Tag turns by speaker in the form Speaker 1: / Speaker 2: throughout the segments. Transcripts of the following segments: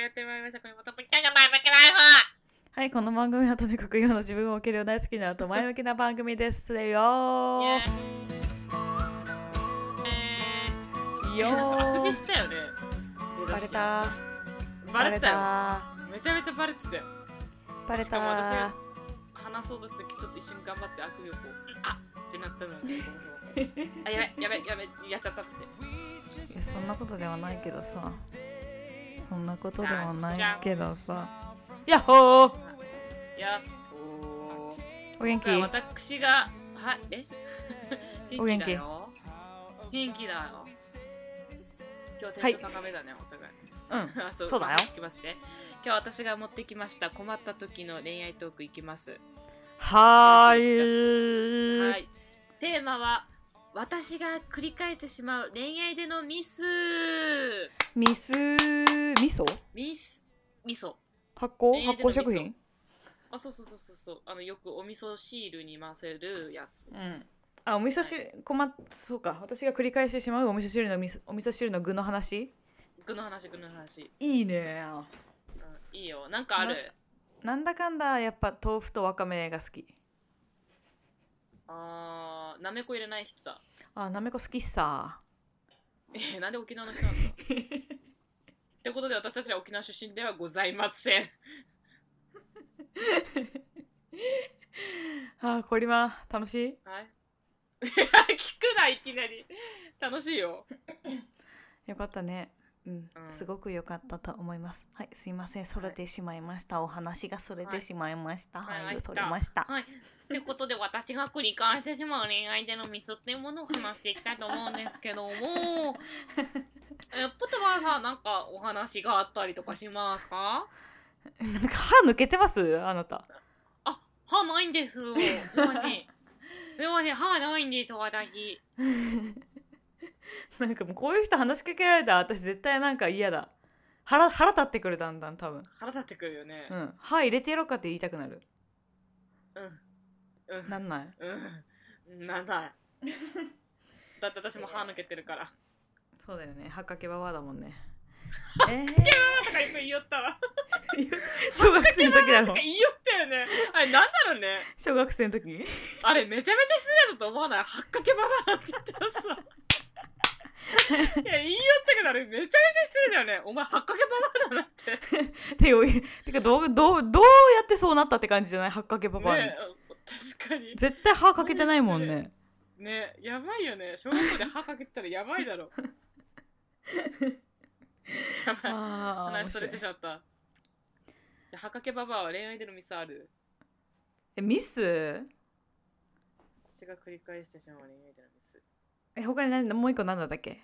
Speaker 1: やってまいりました。これもトップキャンが前向きライフ
Speaker 2: はい、この番組はとにかく今の自分を受けるよう大好きになると前向きな番組ですよ
Speaker 1: イ
Speaker 2: ー。
Speaker 1: エーイ
Speaker 2: よ
Speaker 1: なんかあくび
Speaker 2: ー
Speaker 1: したよね。
Speaker 2: バレた。
Speaker 1: バレたよ。
Speaker 2: バ
Speaker 1: めちゃめちゃバレてたよ。
Speaker 2: レた。バレ
Speaker 1: しかも私
Speaker 2: た
Speaker 1: は。話そうとしてちょっと一瞬頑張ってあくびをこう、あっってなったの に。あ、やべ、やべ、やべ、やっちゃったって。
Speaker 2: いやそんなことではないけどさ。そんなことではないけどさ。やっほー
Speaker 1: いや、おー。
Speaker 2: お元
Speaker 1: 今
Speaker 2: 気
Speaker 1: 回私が、はい、え
Speaker 2: お元
Speaker 1: 元
Speaker 2: 気
Speaker 1: 気だよ。元気だよ。今日テンション高めだね、お互い。
Speaker 2: うん。
Speaker 1: あそう
Speaker 2: そうだよ
Speaker 1: いきますね。今日私が持ってきました困った時の恋愛トークいきます。
Speaker 2: は
Speaker 1: は
Speaker 2: ーい。
Speaker 1: い。テーマは私が繰り返してしまう恋愛でのミス。
Speaker 2: ミス、味噌
Speaker 1: ミスミソ。
Speaker 2: 発酵
Speaker 1: えー
Speaker 2: 発酵食
Speaker 1: でも
Speaker 2: 品
Speaker 1: あそうそうそうそうそう。あのよくお味噌汁に混ぜるやつ。
Speaker 2: うん。あ、お味噌汁、困っ、そうか。私が繰り返してしまうお味噌汁のみそ、お味噌汁の具の話
Speaker 1: 具の話具の話。
Speaker 2: いいねー。
Speaker 1: うん、いいよ。なんかある。
Speaker 2: なんだかんだやっぱ豆腐とわかめが好き
Speaker 1: あーなめこ入れない人だ。
Speaker 2: あなめこ好きさ
Speaker 1: えーなんで沖縄の人なんだ ってことで私たちは沖縄出身ではございません。
Speaker 2: あーこりま楽しい
Speaker 1: はい。聞くないきなり。楽しいよ。
Speaker 2: よかったねうん、
Speaker 1: うん
Speaker 2: すごく良かったと思いますはいすいませんそれてしまいました、お話がそれてしまいました
Speaker 1: はい
Speaker 2: はい、
Speaker 1: はい
Speaker 2: それました
Speaker 1: はい。ってことで私が繰り返してしまう恋愛でのミスっていうものを話していきたいと思うんですけども、えポトバーさんなんかお話があったりとかしますか
Speaker 2: なんか歯抜けてますあなた
Speaker 1: あ、歯ないんですよ。すいません。すいません、歯ないんです、私。
Speaker 2: なんかもうこういう人話しかけられたら私絶対なんか嫌だ腹腹立ってくるだんだん多分
Speaker 1: 腹立ってくるよね
Speaker 2: う。ん歯入れてやろうかって言いたくなる
Speaker 1: うん。うん。
Speaker 2: なんない
Speaker 1: うん、なんだ。だって私も歯抜けてるから。
Speaker 2: そうだよね歯かけばばだもんねえ
Speaker 1: とか言いよったわ。
Speaker 2: ー、 小学生の時だ
Speaker 1: とか
Speaker 2: ろ
Speaker 1: 言いよったよね。あれ、なんだろうね。
Speaker 2: 小学生の時
Speaker 1: あれ、めちゃめちゃ失礼だと思わない。はっかけばばなんて言ったらさ。いや、言いよったけど、あれ、めちゃめちゃ失礼だよね。お前、はっかけばばだなって。
Speaker 2: 手をいてかどうどうどうやってそうなったって感じじゃない歯かけパパに、
Speaker 1: ね確かに。
Speaker 2: 絶対歯かけてないもん
Speaker 1: 何
Speaker 2: ね
Speaker 1: ねやばいよね。小学校で歯かけてたらやばいだろ。やばい。
Speaker 2: あー面
Speaker 1: 話そ
Speaker 2: 白
Speaker 1: れ
Speaker 2: い
Speaker 1: てしまった。じゃあ、はっかけばばは恋愛でのミスある
Speaker 2: えミス
Speaker 1: 私が繰り返してしまう恋愛でのミス。
Speaker 2: え他に何もう一個何だったっけ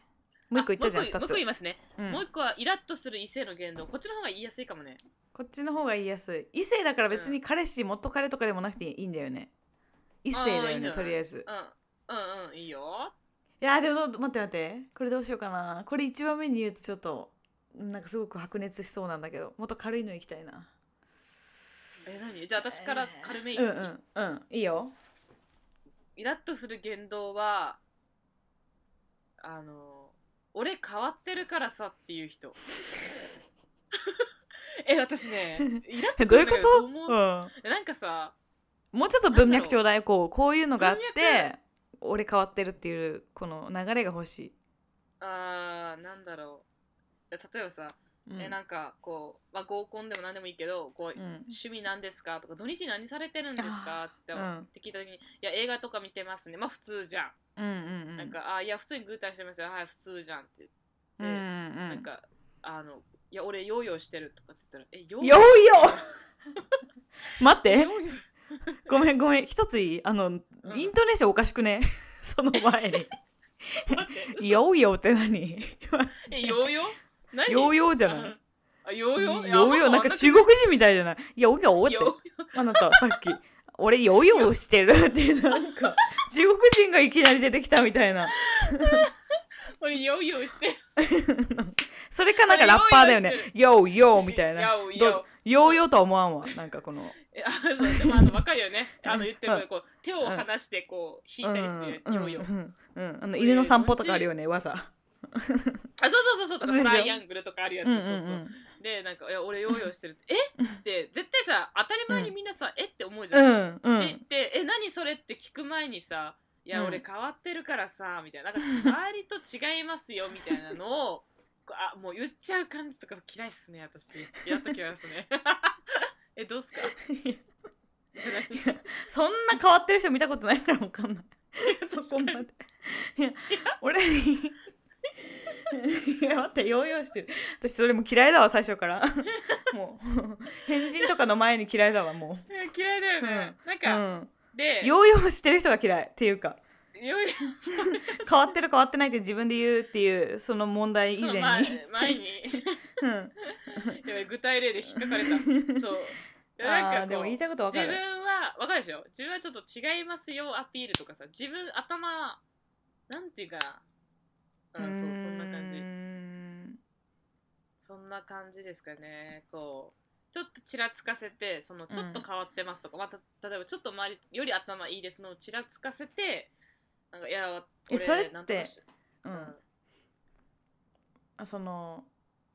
Speaker 2: もう一個言ったじゃん
Speaker 1: あもう一個もう一
Speaker 2: 二つ
Speaker 1: 個言いますね。
Speaker 2: うん
Speaker 1: もう一個はイラッとする異性の言動。こっちの方が言いやすいかもね。
Speaker 2: こっちの方が言いやすい異性だから別に彼氏元彼とかでもなくていいんだよね異性
Speaker 1: あー
Speaker 2: だ
Speaker 1: いい
Speaker 2: よ
Speaker 1: ん
Speaker 2: ね
Speaker 1: だよね
Speaker 2: とりあえず
Speaker 1: うん。うんうん、いいよ。
Speaker 2: いやーでもどう待って待ってこれどうしようかなこれ一番目に言うとちょっとなんかすごく白熱しそうなんだけどもっと軽いのいきたいな
Speaker 1: え、何じゃあ私から軽め
Speaker 2: う
Speaker 1: に、
Speaker 2: んうんうんいいよ
Speaker 1: イラッとする言動は、あの、俺変わってるからさっていう人。 え、私ね、イラッと
Speaker 2: どういうこ
Speaker 1: ど
Speaker 2: と
Speaker 1: う思う
Speaker 2: うん
Speaker 1: なんかさ、
Speaker 2: もうちょっと文脈ちょうだいこうこういうのがあっ
Speaker 1: 文
Speaker 2: て俺変わってるっていうこの流れが欲しい、
Speaker 1: あー、なんだろう。例えばさ、
Speaker 2: うん
Speaker 1: え、なんかこう、まあ、合コンでも何でもいいけど、こう、
Speaker 2: うん
Speaker 1: 趣味なんですかとか土日何されてるんですかって
Speaker 2: うん
Speaker 1: って聞いた時に「いや映画とか見てますね」まあ普通じゃん、
Speaker 2: うんうんうん
Speaker 1: なんか「あいや普通にぐーたらしてますよはい普通じゃん」って言って、
Speaker 2: うんうんうん
Speaker 1: なんか「あのいや俺ヨーヨーしてる」とかって言ったら「えヨー
Speaker 2: よいよ
Speaker 1: ヨ
Speaker 2: 待って
Speaker 1: ーヨー
Speaker 2: ごめんごめん一ついいあの、イントネーションおかしくね その前
Speaker 1: 待って嘘
Speaker 2: によ いよって何
Speaker 1: えヨーヨー何
Speaker 2: よいよじ
Speaker 1: じ
Speaker 2: ゃない
Speaker 1: あヨーヨー
Speaker 2: よいよなんか中国人みたいじゃないよいよって
Speaker 1: よ
Speaker 2: あなたさっき俺よいよしてるってなんか中国人がいきなり出てきたみたいな
Speaker 1: 俺ヨーヨーしてる
Speaker 2: それかなんかラッパーだよね。ヨーヨーみたいな。
Speaker 1: ヨーヨー
Speaker 2: どヨーヨーとは思わんわ。なんかこの。
Speaker 1: えあそうでもあの分かるよねあの言って
Speaker 2: うん
Speaker 1: るこう手を離してこう引いたりする
Speaker 2: うん
Speaker 1: ヨーヨ
Speaker 2: う
Speaker 1: ー
Speaker 2: んうんあの犬の散歩とかあるよね、わざ。
Speaker 1: あそうそうそうそうとか
Speaker 2: そうでし
Speaker 1: ト
Speaker 2: ょ
Speaker 1: ライアングルとかあるやつそうそう
Speaker 2: うんうんうん
Speaker 1: でなんか「いや俺ヨーヨーしてる」って「えっ?」て絶対さ当たり前にみんなさ「えっ?」て思うじゃ。
Speaker 2: うんんう
Speaker 1: って言っ
Speaker 2: ん
Speaker 1: て「え何それ?」って聞く前にさ「いや
Speaker 2: うん
Speaker 1: 俺変わってるからさ」みたいな「なんか周りと違いますよ」みたいなのを こうあもう言っちゃう感じとか嫌いっすね私やっときますね えどうっすか
Speaker 2: そんな変わってる人見たことないから分か んないそこまでいや俺に いや待ってヨーヨーしてる私それもう嫌いだわ最初から もう変人とかの前に嫌いだわも
Speaker 1: いや嫌いだよね、なん
Speaker 2: う、う
Speaker 1: か、
Speaker 2: ん、
Speaker 1: で
Speaker 2: ヨーヨーしてる人が嫌いっていうか
Speaker 1: よい
Speaker 2: 変わってる変わってないって自分で言うっていうその問題以前
Speaker 1: そう
Speaker 2: に、
Speaker 1: まあ前に
Speaker 2: うん
Speaker 1: やばい具体例で引っかかれたそういや
Speaker 2: あ
Speaker 1: な
Speaker 2: ー
Speaker 1: んか
Speaker 2: で
Speaker 1: こ
Speaker 2: も
Speaker 1: う
Speaker 2: 言い
Speaker 1: 自
Speaker 2: たいことわか
Speaker 1: 分
Speaker 2: る
Speaker 1: はわかるでしょ自分はちょっと違いますよアピールとかさ自分頭なんていうかなうんそうそんな感
Speaker 2: うー
Speaker 1: じ
Speaker 2: ん
Speaker 1: そんな感じですかねこうちょっとちらつかせてそのちょっと変わってますとか、また例えばちょっと周りより頭いいですのをちらつかせてなんかいや
Speaker 2: えそれって
Speaker 1: なんとかし
Speaker 2: う
Speaker 1: うん
Speaker 2: んあその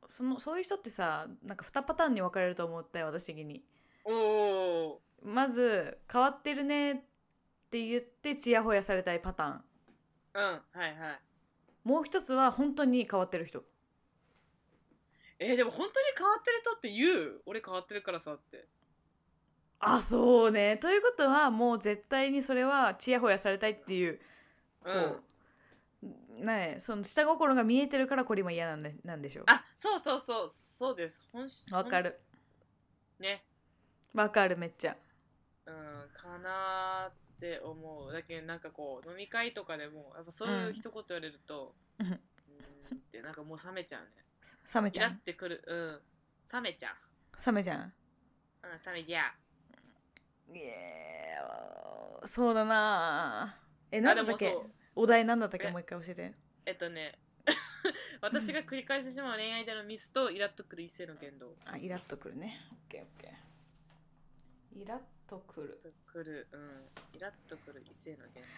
Speaker 2: そのそういう人ってさなんか2パターンに分かれると思ったよ私的に
Speaker 1: おお
Speaker 2: まず変わってるねって言ってちやほやされたいパターン
Speaker 1: うんはいはい
Speaker 2: もう一つは本当に変わってる人
Speaker 1: えーでも本当に変わってる人って言う俺変わってるからさって
Speaker 2: あそうねということはもう絶対にそれはちやほやされたいっていう
Speaker 1: う
Speaker 2: こ
Speaker 1: ん
Speaker 2: うねえその下心が見えてるからこれ今嫌なんでなんでしょう
Speaker 1: あそうそうそうそうです本質
Speaker 2: わかる
Speaker 1: ほんね
Speaker 2: わかるめっちゃ
Speaker 1: うんかなーって思うだけどなんかこう飲み会とかでもやっぱそういう一言言われると、
Speaker 2: うん
Speaker 1: うーんってなんかもう冷めちゃうね
Speaker 2: サメ
Speaker 1: イ
Speaker 2: ちゃ
Speaker 1: ラっ
Speaker 2: ん
Speaker 1: てくるうん冷めちゃう
Speaker 2: サメちゃん
Speaker 1: うん冷めちゃう
Speaker 2: いやーそうだなーえなんだったっ
Speaker 1: あ
Speaker 2: け
Speaker 1: でもそう
Speaker 2: お題なんだったっけ
Speaker 1: え
Speaker 2: もう一回教えて
Speaker 1: えっとね 私が繰り返してしまう恋愛でのミスとイラっとくる一性の言動
Speaker 2: あイラッとくるねオッケーオッケーイラッとくる
Speaker 1: くるうんイラっとくる一性の言動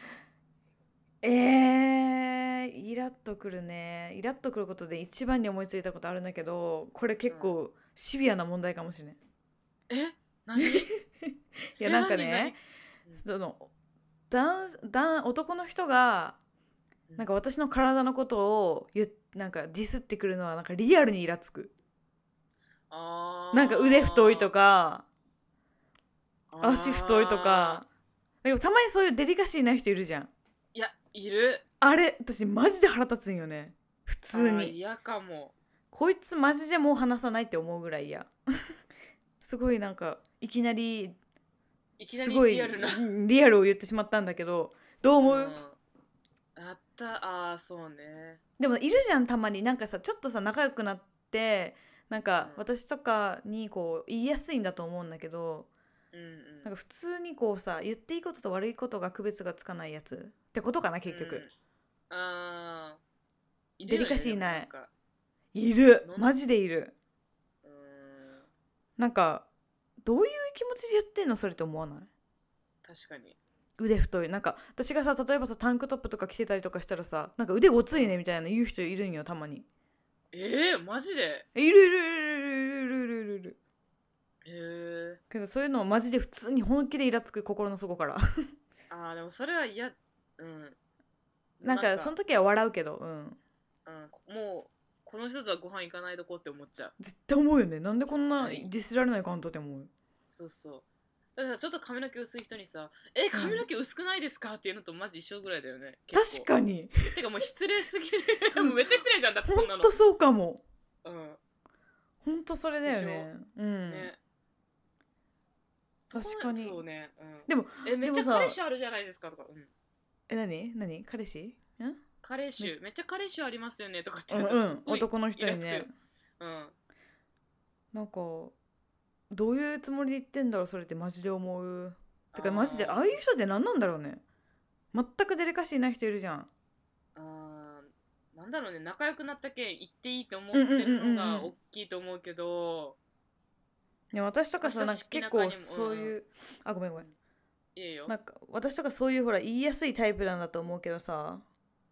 Speaker 2: えー、イラッとくるねイラッとくることで一番に思いついたことあるんだけどこれ結構シビアな問題かもしれない
Speaker 1: え何い
Speaker 2: いやなんかねその男男男の人が
Speaker 1: うん
Speaker 2: なんか私の体のことを言っなんかディスってくるのはなんかリアルにイラつく
Speaker 1: あー
Speaker 2: なんか腕太いとか足太いとかでもたまにそういうデリカシーない人いるじゃん
Speaker 1: いやいる
Speaker 2: あれ私マジで腹立つんよね普通
Speaker 1: あー
Speaker 2: に
Speaker 1: 嫌かも
Speaker 2: こいつマジでもう話さないって思うぐらい嫌 すごいなんかいきなり
Speaker 1: いきな
Speaker 2: す
Speaker 1: り
Speaker 2: ごい
Speaker 1: リアルな
Speaker 2: うんリアルを言ってしまったんだけどどう思う、
Speaker 1: うんあったあーそうね
Speaker 2: でもいるじゃんたまになんかさちょっとさ仲良くなってなんか
Speaker 1: うん
Speaker 2: 私とかにこう言いやすいんだと思うんだけど
Speaker 1: うんうん
Speaker 2: なんか普通にこうさ言っていいことと悪いことが区別がつかないやつってことかな結局、
Speaker 1: うんあーい
Speaker 2: デリカシー
Speaker 1: るよね
Speaker 2: ない
Speaker 1: んか
Speaker 2: いる
Speaker 1: なん
Speaker 2: マジでいる
Speaker 1: うーん
Speaker 2: なんかどういう気持ちでやってんのそれって思わない
Speaker 1: 確かに
Speaker 2: 腕太いなんか私がさ例えばさタンクトップとか着てたりとかしたらさなんか腕ごついねみたいな言う人いるんよたまに
Speaker 1: えー、マジで
Speaker 2: いるいるいるいるいるいるいるいる
Speaker 1: えー、
Speaker 2: けどそういうのマジで普通に本気でイラつく心の底から
Speaker 1: あーでもそれは嫌うん
Speaker 2: なんかその時は笑うけど、うん、
Speaker 1: うん、もうこの人とはご飯行かないとこって思っちゃう
Speaker 2: 絶対思うよねなんでこんな
Speaker 1: は
Speaker 2: デ
Speaker 1: い
Speaker 2: ィスられないかんとって思う
Speaker 1: そうそうだからちょっと髪の毛薄い人にさ「え髪の毛薄くないですか?」っていうのとマジ一緒ぐらいだよね
Speaker 2: 確かに
Speaker 1: にてかもう失礼すぎるもうめっちゃ失礼じゃんだってそ
Speaker 2: ほ
Speaker 1: んなんの
Speaker 2: とそうかも
Speaker 1: うん
Speaker 2: ほんとそれだよねうん
Speaker 1: ね、
Speaker 2: 確かに
Speaker 1: そうね、うん、
Speaker 2: でも
Speaker 1: えめっちゃ
Speaker 2: でもさ
Speaker 1: 彼氏あるじゃないですかとか、うん、
Speaker 2: え何何彼氏ん
Speaker 1: 彼氏めっちゃ彼氏ありますよねとかって
Speaker 2: うん
Speaker 1: 言
Speaker 2: う
Speaker 1: す
Speaker 2: ん
Speaker 1: ごい、
Speaker 2: 男の人に
Speaker 1: イラ
Speaker 2: ね
Speaker 1: つうん、
Speaker 2: なんかどういうつもりで言ってんだろうそれってマジで思うてか
Speaker 1: あー
Speaker 2: マジでああいう人って何なんだろうね全くデリカシーない人いるじゃん
Speaker 1: あーなんだろうね仲良くなったけん行っていいと思ってるのが大きいと思うけど、
Speaker 2: ね私とかさ
Speaker 1: 私
Speaker 2: なんか
Speaker 1: 好
Speaker 2: 結
Speaker 1: きな
Speaker 2: 構
Speaker 1: 子にも
Speaker 2: そういうあごめんごめん
Speaker 1: いいよ、
Speaker 2: なんか私とかそういうほら言いやすいタイプなんだと思うけどさ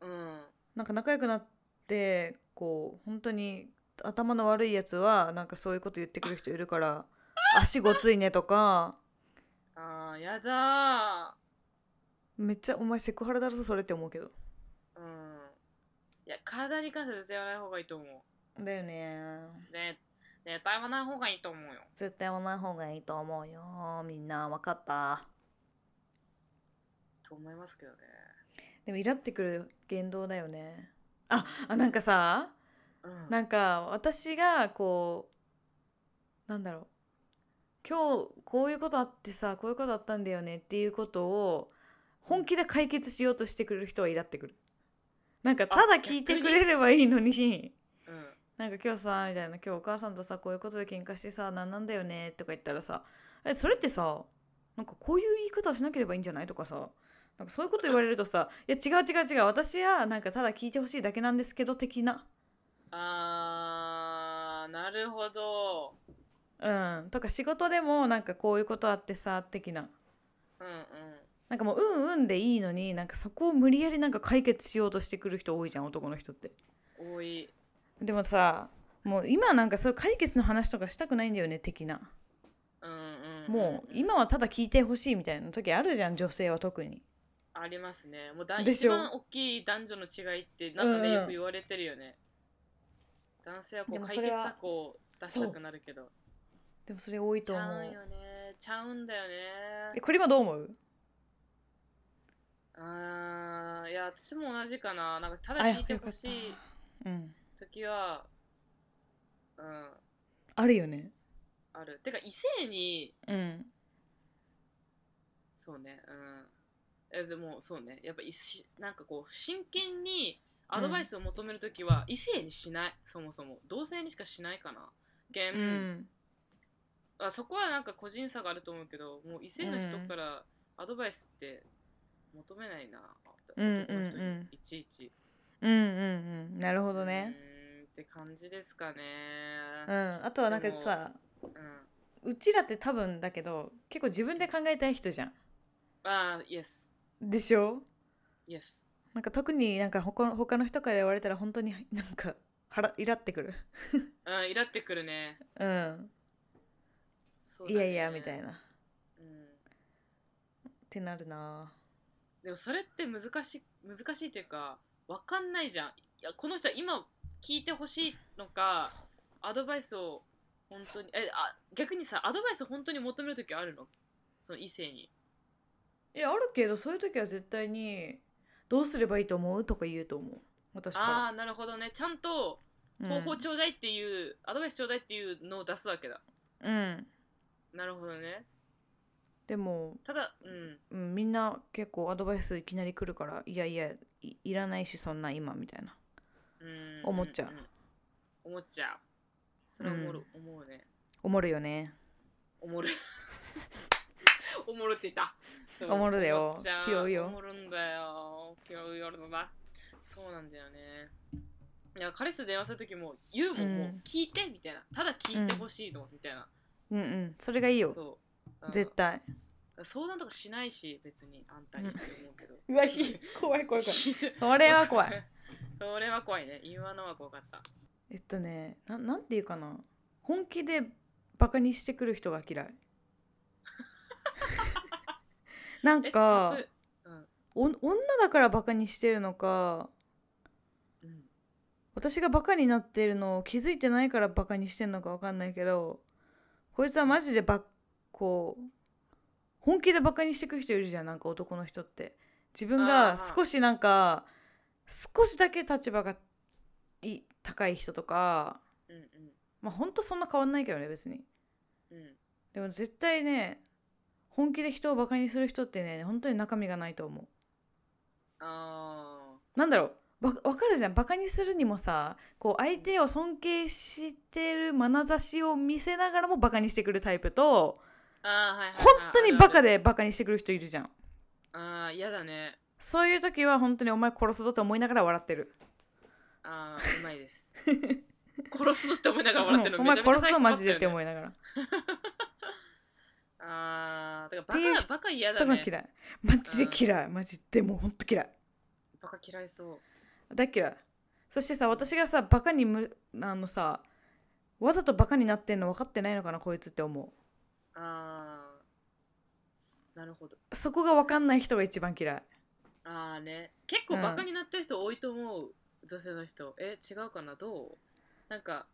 Speaker 1: うん
Speaker 2: なんか仲良くなってこう本当に頭の悪いやつはなんかそういうこと言ってくる人いるから「足ごついね」とか
Speaker 1: あーやだ
Speaker 2: めっちゃ「お前セクハラだろそれ」って思うけど
Speaker 1: ーうんいや体に関しては絶対やらない方がいいと思う
Speaker 2: だよね
Speaker 1: ね絶対やらない方がいいと思うよ
Speaker 2: 絶対言わない方がいいと思うよみんなわかった
Speaker 1: と思いますけどね
Speaker 2: でもイラってくる言動だよねああなんかさ
Speaker 1: うん
Speaker 2: なんか私がこうなんだろう今日こういうことあってさこういうことあったんだよねっていうことを本気で解決しようとしてくれる人はイラってくるなんか
Speaker 1: あ
Speaker 2: ただ聞いてくれればいいのに
Speaker 1: うん
Speaker 2: なんか今日さみたいな今日お母さんとさこういうことで喧嘩してさなんなんだよねとか言ったらさえそれってさなんかこういう言い方をしなければいいんじゃないとかさなんかそういうこと言われるとさ「いや違う違う違う私はなんかただ聞いてほしいだけなんですけど」的な。
Speaker 1: あーなるほど
Speaker 2: うん、とか仕事でもなんかこういうことあってさ的な
Speaker 1: うんうん
Speaker 2: なんかもううんうんでいいのになんかそこを無理やりなんか解決しようとしてくる人多いじゃん男の人って
Speaker 1: 多い
Speaker 2: でもさもう今なんかそういう解決の話とかしたくないんだよね的な
Speaker 1: うんうんんん
Speaker 2: もう今はただ聞いてほしいみたいな時あるじゃん女性は特に
Speaker 1: ありますねもうだ
Speaker 2: でし
Speaker 1: 一
Speaker 2: ょ
Speaker 1: 番大きい男女の違いってなんかね、
Speaker 2: うんうん
Speaker 1: よく言われてるよね男性はこ
Speaker 2: で
Speaker 1: う
Speaker 2: も
Speaker 1: 解
Speaker 2: それは
Speaker 1: 決策を出したくなるけど
Speaker 2: でもそれ多い
Speaker 1: ち
Speaker 2: と思
Speaker 1: ゃう
Speaker 2: う
Speaker 1: んよねちゃうんだよ
Speaker 2: え
Speaker 1: ね
Speaker 2: これ今どう思う
Speaker 1: あーいや私も同じかななんかただ
Speaker 2: あ
Speaker 1: 聞いてほしい
Speaker 2: よかったうん
Speaker 1: 時はうん
Speaker 2: あるよね
Speaker 1: あるてか異性に
Speaker 2: うん
Speaker 1: そうねうんえでもそうねやっぱいしなんかこう真剣にアドバイスを求める時は異性にしないそもそも同性にしかしないかなけん、
Speaker 2: うん
Speaker 1: あそこはなんか個人差があると思うけどもう異性の人からアドバイスって求めないな、
Speaker 2: うん
Speaker 1: 男の人に
Speaker 2: うんうん
Speaker 1: いちいち
Speaker 2: うんうんうんなるほどね
Speaker 1: うーんって感じですかね
Speaker 2: うんあとはなんか
Speaker 1: でも
Speaker 2: さ
Speaker 1: うん、
Speaker 2: うちらって多分だけど結構自分で考えたい人じゃん
Speaker 1: ああイエス
Speaker 2: でしょ
Speaker 1: イエス
Speaker 2: なんか特になんか他の他の人から言われたら本当になんか腹イラってくる
Speaker 1: うんイラってくるね
Speaker 2: うん
Speaker 1: そう
Speaker 2: い
Speaker 1: だ
Speaker 2: や
Speaker 1: ね
Speaker 2: いやみたいなっ
Speaker 1: うん
Speaker 2: てなるな
Speaker 1: でもそれって難しい難しいっていうかわかんないじゃんいやこの人は今聞いてほしいのかアドバイスを本当にえあ逆にさアドバイス本当に求める時あるのその異性に
Speaker 2: いやあるけどそういう時は絶対に「どうすればいいと思う?」とか言うと思う私
Speaker 1: あ
Speaker 2: は
Speaker 1: あーなるほどねちゃんと
Speaker 2: うん
Speaker 1: 方法ちょうだいっていう、アドバイスちょうだいっていうのを出すわけだ
Speaker 2: うん
Speaker 1: なるほどね
Speaker 2: でも、
Speaker 1: ただうん
Speaker 2: うん、みんな結構アドバイスいきなり来るから「いやいやいいらないしそんな今」みたいな
Speaker 1: うん
Speaker 2: 思っちゃうん
Speaker 1: ん思っちゃうそれはおもろ、思うね
Speaker 2: おもろいよね
Speaker 1: おもろい おもろって言ったそう
Speaker 2: おもろだよ
Speaker 1: 思っちゃ
Speaker 2: 拾うよ
Speaker 1: おもろんだよ拾うよのだそうなんだよねいや彼氏と電話する時も言うもん、
Speaker 2: うん
Speaker 1: もう聞いてみたいなただ聞いてほしいの、みたいな
Speaker 2: うんうんそれがいいよ
Speaker 1: そう、うん
Speaker 2: 絶対
Speaker 1: 相談とかしないし別にあんたにって思うけ ど
Speaker 2: 怖い怖
Speaker 1: ひどい
Speaker 2: それは怖い
Speaker 1: それは怖いね今のは怖かった
Speaker 2: えっとねななんていうかな本気でバカにしてくる人が嫌い なん
Speaker 1: え
Speaker 2: か
Speaker 1: たとえうん
Speaker 2: お女だからバカにしてるのか
Speaker 1: うん
Speaker 2: 私がバカになってるのを気づいてないからバカにしてんのかわかんないけどこいつはマジでばこう本気でバカにしてく人いるじゃんなんか男の人って自分
Speaker 1: あ
Speaker 2: が
Speaker 1: ー
Speaker 2: 少しなんか少しだけ立場がい高い人とか
Speaker 1: うん
Speaker 2: まあほんとそんな変わんないけどね別に
Speaker 1: うんうん
Speaker 2: でも絶対ね本気で人をバカにする人ってね本当に中身がないと思
Speaker 1: あ
Speaker 2: うなんだろうわわかるじゃんバカにするにもさこう相手を尊敬してる眼差しを見せながらもバカにしてくるタイプと
Speaker 1: ーあーはいはい、はい、
Speaker 2: 本当にバカ
Speaker 1: で
Speaker 2: でバカにしてくる人いるじゃん
Speaker 1: あー嫌だね
Speaker 2: そういう時は本当にお前殺すぞって思いながら笑ってる
Speaker 1: あーうまいです殺すぞって思いながら笑ってる
Speaker 2: うん
Speaker 1: の
Speaker 2: お
Speaker 1: め
Speaker 2: 前
Speaker 1: ちゃめちゃ
Speaker 2: 殺す
Speaker 1: 最
Speaker 2: ぞ
Speaker 1: 高
Speaker 2: マジでって
Speaker 1: い
Speaker 2: 思いながら
Speaker 1: あーだから
Speaker 2: ってい
Speaker 1: バ
Speaker 2: う
Speaker 1: カバカ嫌だ
Speaker 2: だから
Speaker 1: ね
Speaker 2: 嫌いマジで嫌いマジでもう本当嫌い
Speaker 1: バカ嫌いそう
Speaker 2: だっけだそしてさ私がさバカにむあのさわざとバカになってんの分かってないのかなこいつって思
Speaker 1: あーなるほど
Speaker 2: うそこが分かんない人が一番嫌い
Speaker 1: ああね結構バカになってる人多いと思う、女性の人え違うかなどうなんか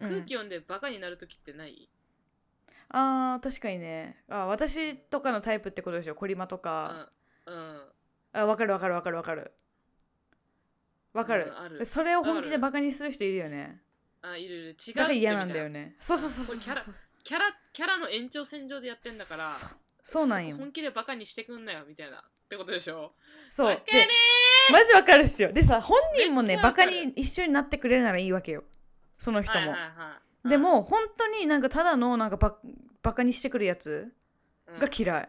Speaker 2: うん
Speaker 1: 空気読んでバカになる時ってない、
Speaker 2: あー確かにねあ私とかのタイプってことでしょコリマとか、
Speaker 1: うんうん
Speaker 2: あ分かる分かる分かる分かる分かる
Speaker 1: うん、ある
Speaker 2: それを本気
Speaker 1: わか
Speaker 2: で
Speaker 1: る
Speaker 2: バカにする人いるよね
Speaker 1: あいるいる違うってみた
Speaker 2: だ
Speaker 1: い
Speaker 2: から嫌なんだよねそうそうそうそう
Speaker 1: これキャラキャラキャラの延長線上でやってんだから
Speaker 2: そうそうなんよ
Speaker 1: そこ本気でバカにしてくんなよみたいなってことでしょ
Speaker 2: そう
Speaker 1: わ
Speaker 2: で
Speaker 1: かる
Speaker 2: マジ分かるっしょでさ本人も
Speaker 1: めっ
Speaker 2: ね
Speaker 1: ちゃわ
Speaker 2: バ
Speaker 1: か
Speaker 2: カ
Speaker 1: る
Speaker 2: に一緒になってくれるならいいわけよその人も、
Speaker 1: はいはいはい
Speaker 2: で、も本当になんかただのなんかババカにしてくるやつ
Speaker 1: うん
Speaker 2: が嫌い、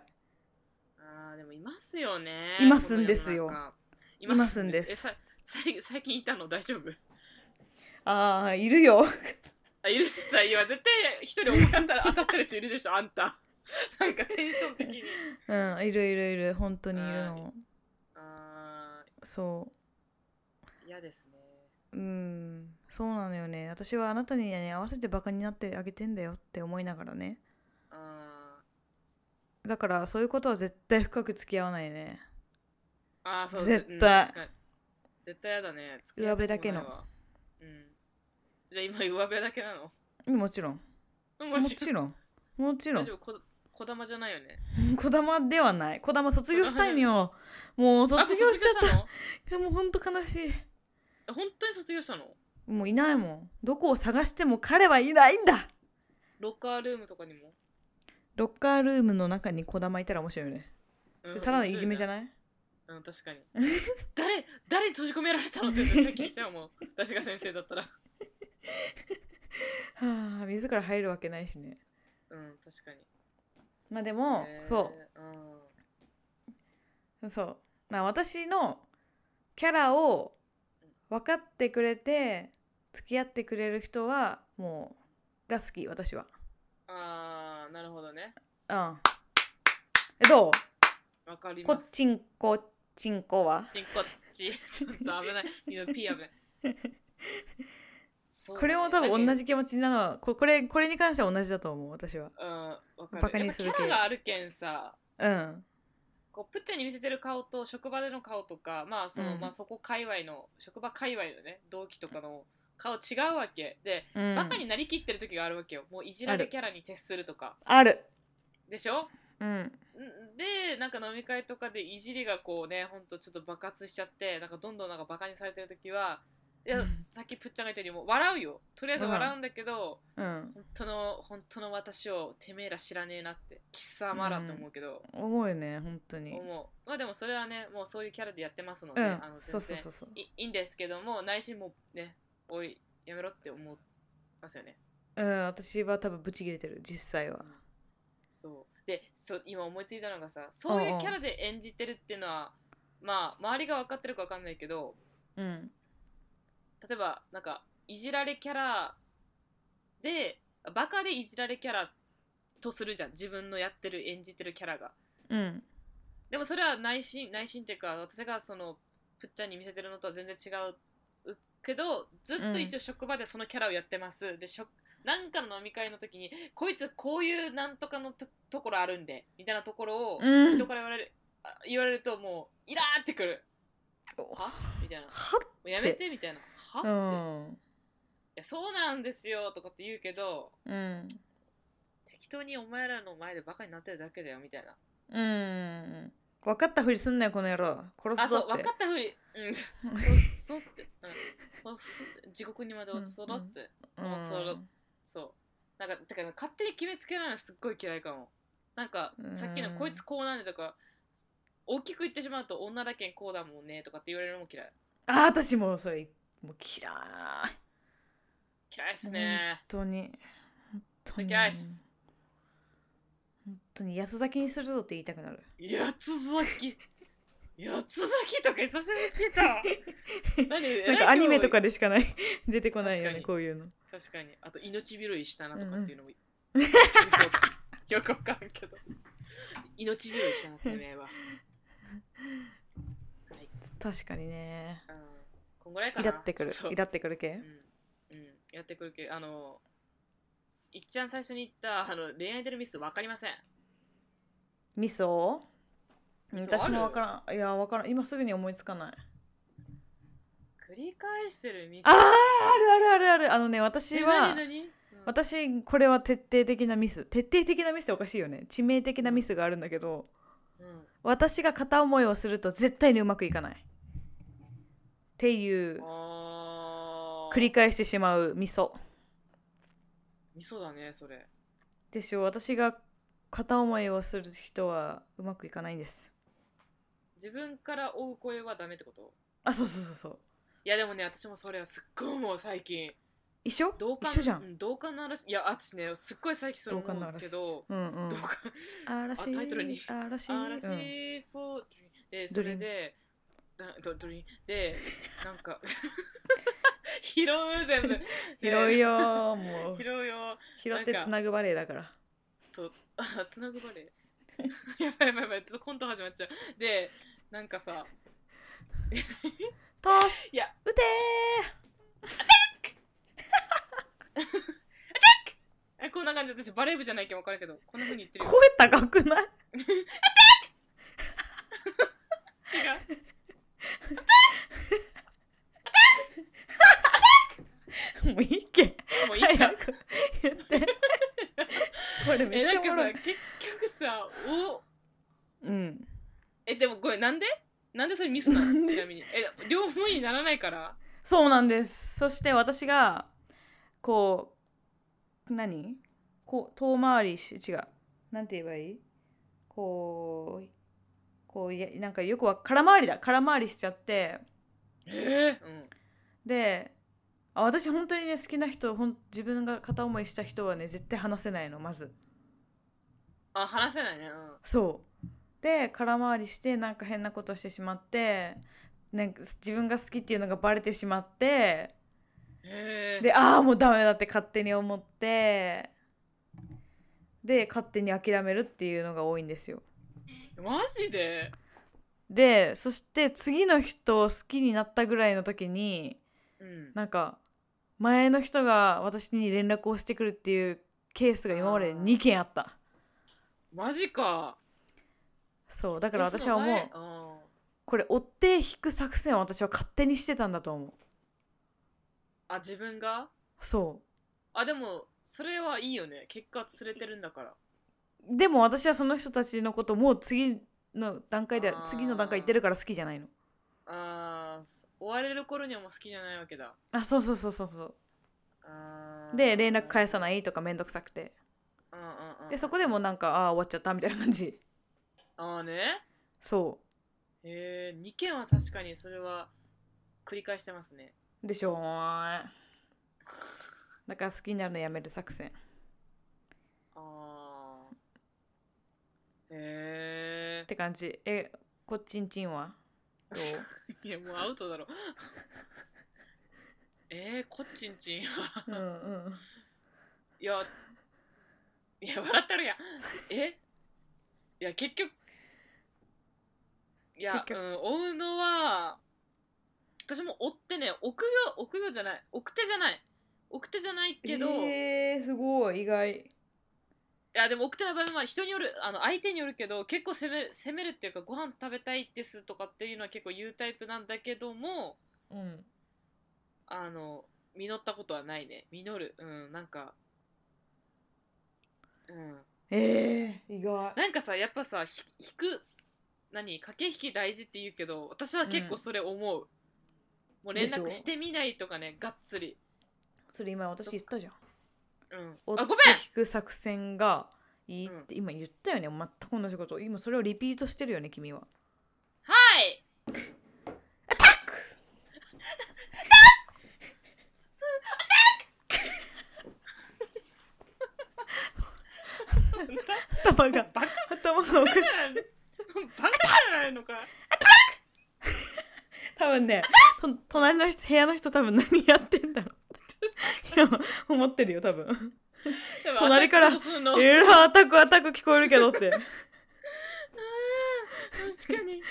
Speaker 1: あーでもいますよね
Speaker 2: いますんですよ
Speaker 1: この世の中い
Speaker 2: ます
Speaker 1: ますん
Speaker 2: ん
Speaker 1: で
Speaker 2: ですす
Speaker 1: えささい最近いたの大丈夫
Speaker 2: ああいるよ
Speaker 1: あいるっすさいや絶対一人思い当た る当たってる人いるでしょあんたなんかテンション的に
Speaker 2: うんいるいるいる本当にいる
Speaker 1: う
Speaker 2: の
Speaker 1: あ
Speaker 2: そ
Speaker 1: ー嫌ですね
Speaker 2: ううんそうなのよね私はあなたに、ね、合わせてバカになってあげてんだよって思いながらね
Speaker 1: あー
Speaker 2: だからそういうことは絶対深く付き合わないね
Speaker 1: あーそうう
Speaker 2: 絶対
Speaker 1: ん確かに絶対やだね
Speaker 2: 上辺だけの
Speaker 1: 付き合ったことないわうんじゃあ今上辺だけなの
Speaker 2: もちろん
Speaker 1: も
Speaker 2: もちろんもちろ
Speaker 1: 大
Speaker 2: ん
Speaker 1: 丈夫ここだまじゃないよね
Speaker 2: こだまではないこだま卒業したいのよもう
Speaker 1: あ
Speaker 2: 卒業しちゃっ
Speaker 1: 卒
Speaker 2: た
Speaker 1: の
Speaker 2: いやもうほんと悲しい
Speaker 1: え本当に卒業したの
Speaker 2: もういないもんどこを探しても彼はいないんだ
Speaker 1: ロッカールームとかにも、
Speaker 2: ロッカールームの中に小玉いたら面白いよね。
Speaker 1: うん
Speaker 2: ただのいじめじゃ
Speaker 1: 面白い
Speaker 2: ない
Speaker 1: なうん確かに誰誰に閉じ込められたのって絶対聞いちゃうもん 私が先生だったら
Speaker 2: はあ、自ら入るわけないしね。
Speaker 1: うん確かに
Speaker 2: まあでも、
Speaker 1: へー
Speaker 2: そ
Speaker 1: うん
Speaker 2: う、そう。な私のキャラを分かってくれて、付き合ってくれる人は、もう、が好き、私は。
Speaker 1: あーなるほどね
Speaker 2: うん。え、どう
Speaker 1: わかり
Speaker 2: こ
Speaker 1: ま
Speaker 2: っ
Speaker 1: す
Speaker 2: ちんこ、ちんこは
Speaker 1: ちんこっち ちょっと危ない今 P 危ないそうだ
Speaker 2: こ
Speaker 1: ね
Speaker 2: れも多分同
Speaker 1: だ
Speaker 2: じ気持ちなのは、ここれ、これに関しては同じだと思う、私は。
Speaker 1: けどうんわかる
Speaker 2: バカにする
Speaker 1: やっぱキ
Speaker 2: 系
Speaker 1: ャラがあるけんさ
Speaker 2: うん。
Speaker 1: こうプッチャに見せてる顔と職場での顔とかまあその、
Speaker 2: うん
Speaker 1: まあそこ界隈の職場界隈のね同期とかの顔違うわけで、
Speaker 2: うん、
Speaker 1: バカになりきってる時があるわけよもういじられキャラに徹するとか
Speaker 2: ある。
Speaker 1: でしょ
Speaker 2: うん。
Speaker 1: んでなんか飲み会とかでいじりがこうねほんとちょっと爆発しちゃってなんかどんどんなんかバカにされてる時はいや
Speaker 2: うん
Speaker 1: さっきプッチャが言ったようにもう笑うよとりあえず笑うんだけど、
Speaker 2: うん。
Speaker 1: 本当の本当の私をてめえら知らねえなって貴様らと思うけど、
Speaker 2: 思うよね、本当に。
Speaker 1: 思うまあでもそれはねもうそういうキャラでやってますの
Speaker 2: う
Speaker 1: で、
Speaker 2: ん
Speaker 1: あの全然、
Speaker 2: そうそうそうそう。
Speaker 1: いいいんですけども内心もねおいやめろって思いますよね
Speaker 2: うん、私は多分ブチ切れてる、実際は。
Speaker 1: そうでそ今思いついたのがさそういうキャラで演じてるっていうのはまあ周りが分かってるか分かんないけど
Speaker 2: うん。
Speaker 1: 例えばなんかいじられキャラでバカでいじられキャラとするじゃん自分のやってる演じてるキャラが
Speaker 2: うん。
Speaker 1: でもそれは内心内心っていうか私がそのプッチャンに見せてるのとは全然違うけどずっと一応職場でそのキャラをやってます、でしょなんかの飲み会の時にこいつこういうなんとかのとところあるんでみたいなところを
Speaker 2: うん
Speaker 1: 人から言われる、あ言われるともうイラーってくるはみたいなも
Speaker 2: は
Speaker 1: うやめてみたいなはっ
Speaker 2: う
Speaker 1: て、い
Speaker 2: ん。
Speaker 1: やそうなんですよとかって言うけど
Speaker 2: うん。
Speaker 1: 適当にお前らの前でバカになってるだけだよみたいな
Speaker 2: うん。分かったふりすんなよ、この野郎。殺
Speaker 1: あ
Speaker 2: すぞ
Speaker 1: そ
Speaker 2: っ
Speaker 1: う分
Speaker 2: て。
Speaker 1: かったふり うんそって、うん、そって地獄にまで落ちそうだって、
Speaker 2: うん
Speaker 1: そうそうそうなんかだから勝手に決めつけられるのすっごい嫌いかもなんか
Speaker 2: うん
Speaker 1: さっきの「こいつこうなんで」とか大きく言ってしまうと「女だけんこうだもんね」とかって言われるのも嫌い
Speaker 2: あ、私もうそれ、もう嫌い。本
Speaker 1: 嫌いっすね
Speaker 2: 当に。本当に。
Speaker 1: 嫌いっす
Speaker 2: 本当に、安咲きにするぞって言いたくなる。
Speaker 1: 八つ咲き八つ咲きとか久しぶりに聞 いた何
Speaker 2: なんかアニメとか
Speaker 1: で
Speaker 2: でしかない、 出てこないよ
Speaker 1: 確か
Speaker 2: ね、
Speaker 1: に
Speaker 2: こういうの。
Speaker 1: 確かにあと命拾いしたなとかっていうのも、 よくわかんけど命拾いしたなてめ えは
Speaker 2: 確かにね。
Speaker 1: うんこんぐらいか
Speaker 2: イ
Speaker 1: な
Speaker 2: ラってくる
Speaker 1: ちょっ。と
Speaker 2: イラってくる系
Speaker 1: うんうんやってくるけどあのいっちゃん最初に言ったあの恋愛でのミス分かりません
Speaker 2: ミソ
Speaker 1: ミソ
Speaker 2: 私も
Speaker 1: ある
Speaker 2: わからんいやわからん今すぐに思いつかない
Speaker 1: 繰り返してるミス
Speaker 2: あーあるあるあるあるあのね
Speaker 1: え
Speaker 2: 私
Speaker 1: 何
Speaker 2: は
Speaker 1: 何うん
Speaker 2: 私これは徹底的なミス徹底的なミスっておかしいよね致命的なミスがあるんだけど
Speaker 1: うん
Speaker 2: 私が片思いをすると絶対にうまくいかないっていう
Speaker 1: あー
Speaker 2: 繰り返してしまうミソ
Speaker 1: ミソだねそれ
Speaker 2: でしょ私が片思いをする人はうまくいかないんです
Speaker 1: 自分から追う声はダメってこと
Speaker 2: あそうそうそうそう
Speaker 1: いやでもね私もそれはすっごい思う最近
Speaker 2: 一緒
Speaker 1: 同感
Speaker 2: 一緒じゃん
Speaker 1: う、同感の嵐いや私ねすっごい最近それ思うんだけど
Speaker 2: うんうん
Speaker 1: 同感
Speaker 2: 嵐
Speaker 1: あタイトルに
Speaker 2: 嵐
Speaker 1: 嵐
Speaker 2: うん
Speaker 1: フォーでそれでなドドリンでなんか拾う全部
Speaker 2: 拾い
Speaker 1: よ
Speaker 2: よー もう
Speaker 1: 拾うよ
Speaker 2: 拾ってつなぐバレーだから
Speaker 1: そうあつなぐバレー やばいやばいやばいちょっとコント始まっちゃうでなんかさ
Speaker 2: トス
Speaker 1: いや
Speaker 2: 打て
Speaker 1: えこんな感じで私バレー部じゃないけん分かるけどこんな風に言って
Speaker 2: ー
Speaker 1: るよ
Speaker 2: 声高くない
Speaker 1: 違う
Speaker 2: もういいけ
Speaker 1: もういい
Speaker 2: 早
Speaker 1: か。
Speaker 2: く言ってこれめ
Speaker 1: え、
Speaker 2: っ
Speaker 1: な
Speaker 2: ちゃ
Speaker 1: んか
Speaker 2: おも
Speaker 1: さ
Speaker 2: ろい、
Speaker 1: 結局さ、お、
Speaker 2: うん
Speaker 1: え、でもこれなんでなんでそれミスな
Speaker 2: なん
Speaker 1: の
Speaker 2: で
Speaker 1: ちなみに。え、両思いにならないから
Speaker 2: そうなんですそして私がこう何こう遠回りし違うなんて言えばいいこうこういやなんかよくは空回りだ空回りしちゃって
Speaker 1: えー、うん。
Speaker 2: であ私本当にね好きな人ほん自分が片思いした人はね絶対話せないのまず
Speaker 1: あ、話せないね。うん。
Speaker 2: そうで空回りしてなんか変なことしてしまってなんか自分が好きっていうのがバレてしまって
Speaker 1: えー、
Speaker 2: でああもうダメだって勝手に思ってで勝手に諦めるっていうのが多いんですよ
Speaker 1: マジで
Speaker 2: でそして次の人を好きになったぐらいの時に
Speaker 1: うん。
Speaker 2: なんか前の人が私に連絡をしてくるっていうケースが今まで2件あった
Speaker 1: マジか。
Speaker 2: そうだから私はもう
Speaker 1: もう。
Speaker 2: これ追って引く作戦を私は勝手にしてたんだと思う
Speaker 1: あ、自分が
Speaker 2: そ
Speaker 1: あ、でも、それはいいよね。結果、連れてるんだから。
Speaker 2: うでも私はその人たちのこともう次の段階で
Speaker 1: あー
Speaker 2: 次の段階行ってるから好きじゃないの
Speaker 1: あー、追われる頃にはもう好きじゃないわけだ。
Speaker 2: あそうそうそうそうそ
Speaker 1: あ
Speaker 2: うで連絡返さ
Speaker 1: い。
Speaker 2: ないとかめんどくさくて
Speaker 1: うんうんうん。
Speaker 2: でそこでもうなんかああー終わっちゃったみたいな感じ
Speaker 1: あーね。
Speaker 2: そ
Speaker 1: えー、2件は確かにそれは繰り返してますね。
Speaker 2: うでしょうだから好きになるのやめる作戦
Speaker 1: あー。え
Speaker 2: って感じえこっちんちんはどう
Speaker 1: ー、いやもうアウトだろ。 えー、こっちんちん。い
Speaker 2: うんうん
Speaker 1: や、いや、笑ってるやん。えいや、結局、いや
Speaker 2: 結、局
Speaker 1: うん、追うのは、私も追ってね、臆病、臆病じゃない、奥手じゃない、奥手じゃないけど、
Speaker 2: えー、すごい意外
Speaker 1: いやでも奥手な場合もある人によるあの相手によるけど結構攻め攻めるっていうかご飯食べたいですとかっていうのは結構言うタイプなんだけども
Speaker 2: うん
Speaker 1: あの実ったことはないね実るうんなんかうん
Speaker 2: えー、意外
Speaker 1: なんかさやっぱさひ引く何駆け引き大事って言うけど私は結構それ思う、もう連
Speaker 2: でしょ
Speaker 1: 絡してみないとかねがっつり
Speaker 2: それ今私言ったじゃん
Speaker 1: うん
Speaker 2: 追っ
Speaker 1: あ
Speaker 2: て
Speaker 1: ごめん
Speaker 2: 引く作戦がいいって今言ったよね全く同じこと今それをリピートしてるよね君は
Speaker 1: はい
Speaker 2: アタック頭が
Speaker 1: バカ
Speaker 2: 頭が おかしい
Speaker 1: バカじゃないのか
Speaker 2: 多分ねそ隣の人部屋の人多分何やってんだ ろうっていや思ってるよ多分
Speaker 1: でも
Speaker 2: 隣から
Speaker 1: アタックとすんの
Speaker 2: いろいろアタックアタック聞こえるけ どって
Speaker 1: 確か に。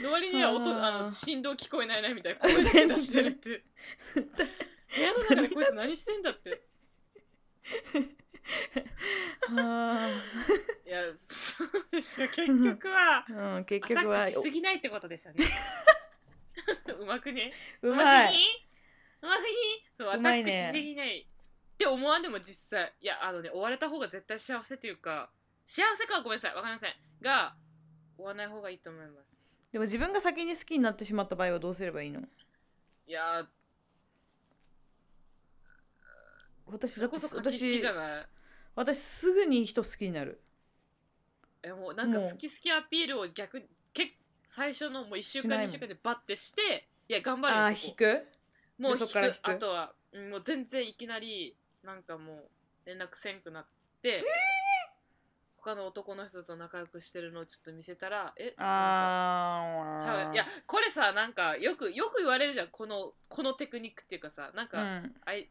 Speaker 1: の割には音
Speaker 2: あー
Speaker 1: あの振動聞こえないなみたいな声だけ出してるって。部屋の中でこいつ何してんだって
Speaker 2: あ
Speaker 1: いやそうですよ結局は
Speaker 2: ー、うん、結
Speaker 1: アタ
Speaker 2: 局は
Speaker 1: ックしすぎないってことですよねうまくね
Speaker 2: おうま
Speaker 1: く
Speaker 2: い
Speaker 1: にうまくにそうア
Speaker 2: う
Speaker 1: タ
Speaker 2: まい
Speaker 1: ック
Speaker 2: ね
Speaker 1: しすぎないって思わんでも実際いやあのね追われた方が絶対幸せというか幸せかはごめんなさいわかりませんが追わない方がいいと思います
Speaker 2: でも自分が先に好きになってしまった場合はどうすればいいの
Speaker 1: いやー
Speaker 2: 私
Speaker 1: そ
Speaker 2: だ
Speaker 1: れ
Speaker 2: って
Speaker 1: こそ駆け引き
Speaker 2: 私
Speaker 1: じゃない
Speaker 2: 私すぐに人好きになる
Speaker 1: えもうなんか
Speaker 2: もう
Speaker 1: 好き好きアピールを逆にけ最初のもう1週
Speaker 2: しない
Speaker 1: 間
Speaker 2: もん
Speaker 1: 2週間でバッてしていや頑張
Speaker 2: ああ
Speaker 1: るよ
Speaker 2: ー
Speaker 1: そ
Speaker 2: 引
Speaker 1: こ
Speaker 2: く
Speaker 1: もう
Speaker 2: で
Speaker 1: 引
Speaker 2: そっ
Speaker 1: く
Speaker 2: から引く
Speaker 1: あとはうんもう全然いきなりなんかもう連絡せんくなって他の男の人と仲良くしてるのをちょっと見せたらえなんか
Speaker 2: ああ
Speaker 1: ちゃういやこれさなんかよくよく言われるじゃんこのこのテクニックっていうかさなんか、
Speaker 2: うん
Speaker 1: あい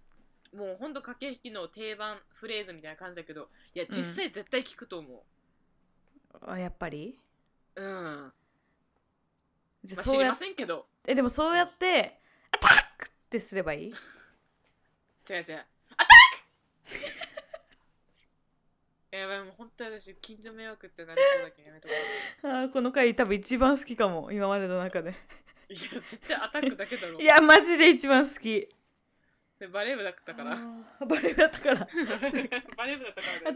Speaker 1: もうほんと駆け引きの定番フレーズみたいな感じだけどいや実際絶対聞くと思
Speaker 2: あやっぱり
Speaker 1: ううん
Speaker 2: じゃ
Speaker 1: ま
Speaker 2: あ
Speaker 1: あ、知
Speaker 2: そう
Speaker 1: り
Speaker 2: や
Speaker 1: ま
Speaker 2: っ
Speaker 1: せんけど
Speaker 2: えでもそうやってアタックってすればいい
Speaker 1: 違う違うアタック やばいもう本当に私近所迷惑ってなりそうだけどやめとこう
Speaker 2: あーこの回多分一番好きかも今までの中で
Speaker 1: いや絶対アタックだけだろ
Speaker 2: いやマジで一番好き
Speaker 1: でバレー部だったから
Speaker 2: あーバレーだったから
Speaker 1: バレー部だったからだよね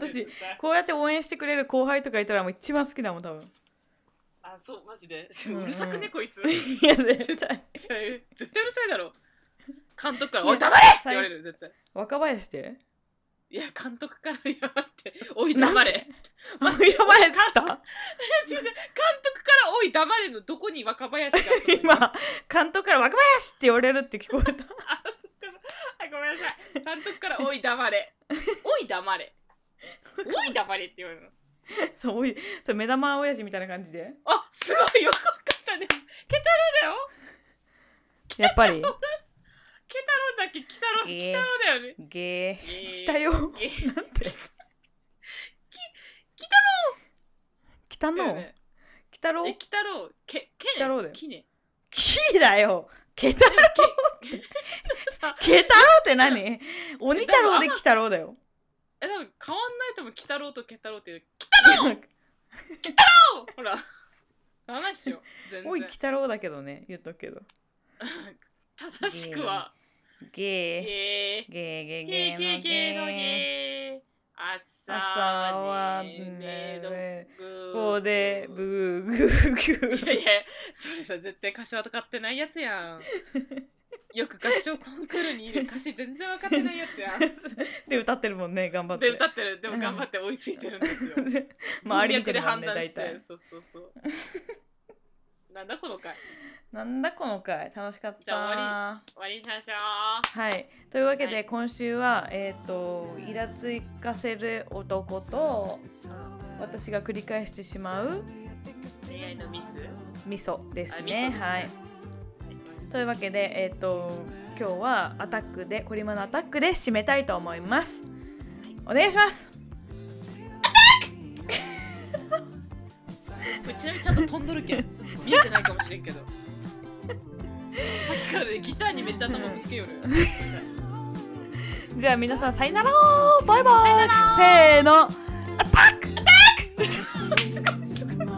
Speaker 2: 私
Speaker 1: 絶対
Speaker 2: こうやって応援してくれる後輩とかいたらもう一番好きだもん多分
Speaker 1: あそうマジで
Speaker 2: うんうん
Speaker 1: うるさくねこいつ
Speaker 2: いや絶対
Speaker 1: 絶対絶対うるさいだろ監督から「おい黙れ!」って言われる絶対
Speaker 2: 若林って
Speaker 1: いや監督から「いや待っておい黙れ!」
Speaker 2: あ
Speaker 1: 待
Speaker 2: や
Speaker 1: って
Speaker 2: ばいっつった
Speaker 1: 違う違う監督から「おい黙れ!」のどこに若林があったの
Speaker 2: 今監督から若林って言われるって聞こえた
Speaker 1: あ、そっか。あ、ごめんなさい。監督から、おい、黙 れ。おい、黙れ。おい、黙れって言われるの。
Speaker 2: そうおいそう目玉親父みたいな感じで
Speaker 1: あ、すごい、よくわかったね。ケタロウだよ。
Speaker 2: やっ ぱり
Speaker 1: ケタロウだっけ、キタロウ、
Speaker 2: えー
Speaker 1: キタロウだよね。
Speaker 2: ゲー
Speaker 1: えー
Speaker 2: 来たよなん
Speaker 1: えー
Speaker 2: て来た
Speaker 1: だよ
Speaker 2: の
Speaker 1: ね
Speaker 2: 来たろ
Speaker 1: え、キタロウ、け、けね。
Speaker 2: キタロウだよ
Speaker 1: きね。
Speaker 2: キーだよケタ
Speaker 1: え、け、さ、
Speaker 2: ケタロウって何 鬼太郎で鬼太郎だよ
Speaker 1: え、多分変わんないと思う。キタロウとケタロウって言う。 ほら。話っしよ。全
Speaker 2: おい
Speaker 1: 然
Speaker 2: 鬼。太郎だけどね言っとくけど
Speaker 1: 正しくは。
Speaker 2: ゲ
Speaker 1: えー
Speaker 2: ー。ゲーゲーゲーのゲ
Speaker 1: ゲーの
Speaker 2: ー
Speaker 1: ゲー。朝
Speaker 2: 朝は
Speaker 1: は
Speaker 2: ね
Speaker 1: ねど
Speaker 2: ここでブーグーグ
Speaker 1: いやい
Speaker 2: ー
Speaker 1: やそれさ絶対歌詞は分かってないやつや んよく合唱コンクールにいる歌詞全然分かってないやつやん
Speaker 2: で歌ってるもんね頑張って
Speaker 1: で歌ってるでも頑張って追いついてるんですよ
Speaker 2: 周り見て
Speaker 1: 文脈で
Speaker 2: るも
Speaker 1: 判
Speaker 2: んね
Speaker 1: 断
Speaker 2: 大
Speaker 1: して
Speaker 2: 体
Speaker 1: そうそうそうなんだこの回
Speaker 2: なんだこの回楽しかった
Speaker 1: じゃあ終わ終わりにしましょう
Speaker 2: はい、というわけで、
Speaker 1: はい
Speaker 2: 今週は、えー、とイラつかせる男と私が繰り返してしまう
Speaker 1: 恋愛のミス
Speaker 2: 味噌です
Speaker 1: あ味噌
Speaker 2: ね。
Speaker 1: ですね
Speaker 2: はい、というわけで、えー、と今日はアタックでコリマのアタックで締めたいと思います。お願いします。
Speaker 1: これちなみにちゃんと飛んどるけん見えてないかもしれんけど さっきからねギターにめっちゃ頭ぶつけよる
Speaker 2: じゃあ皆さんさよならバイバイせーのアタック
Speaker 1: すごいすごい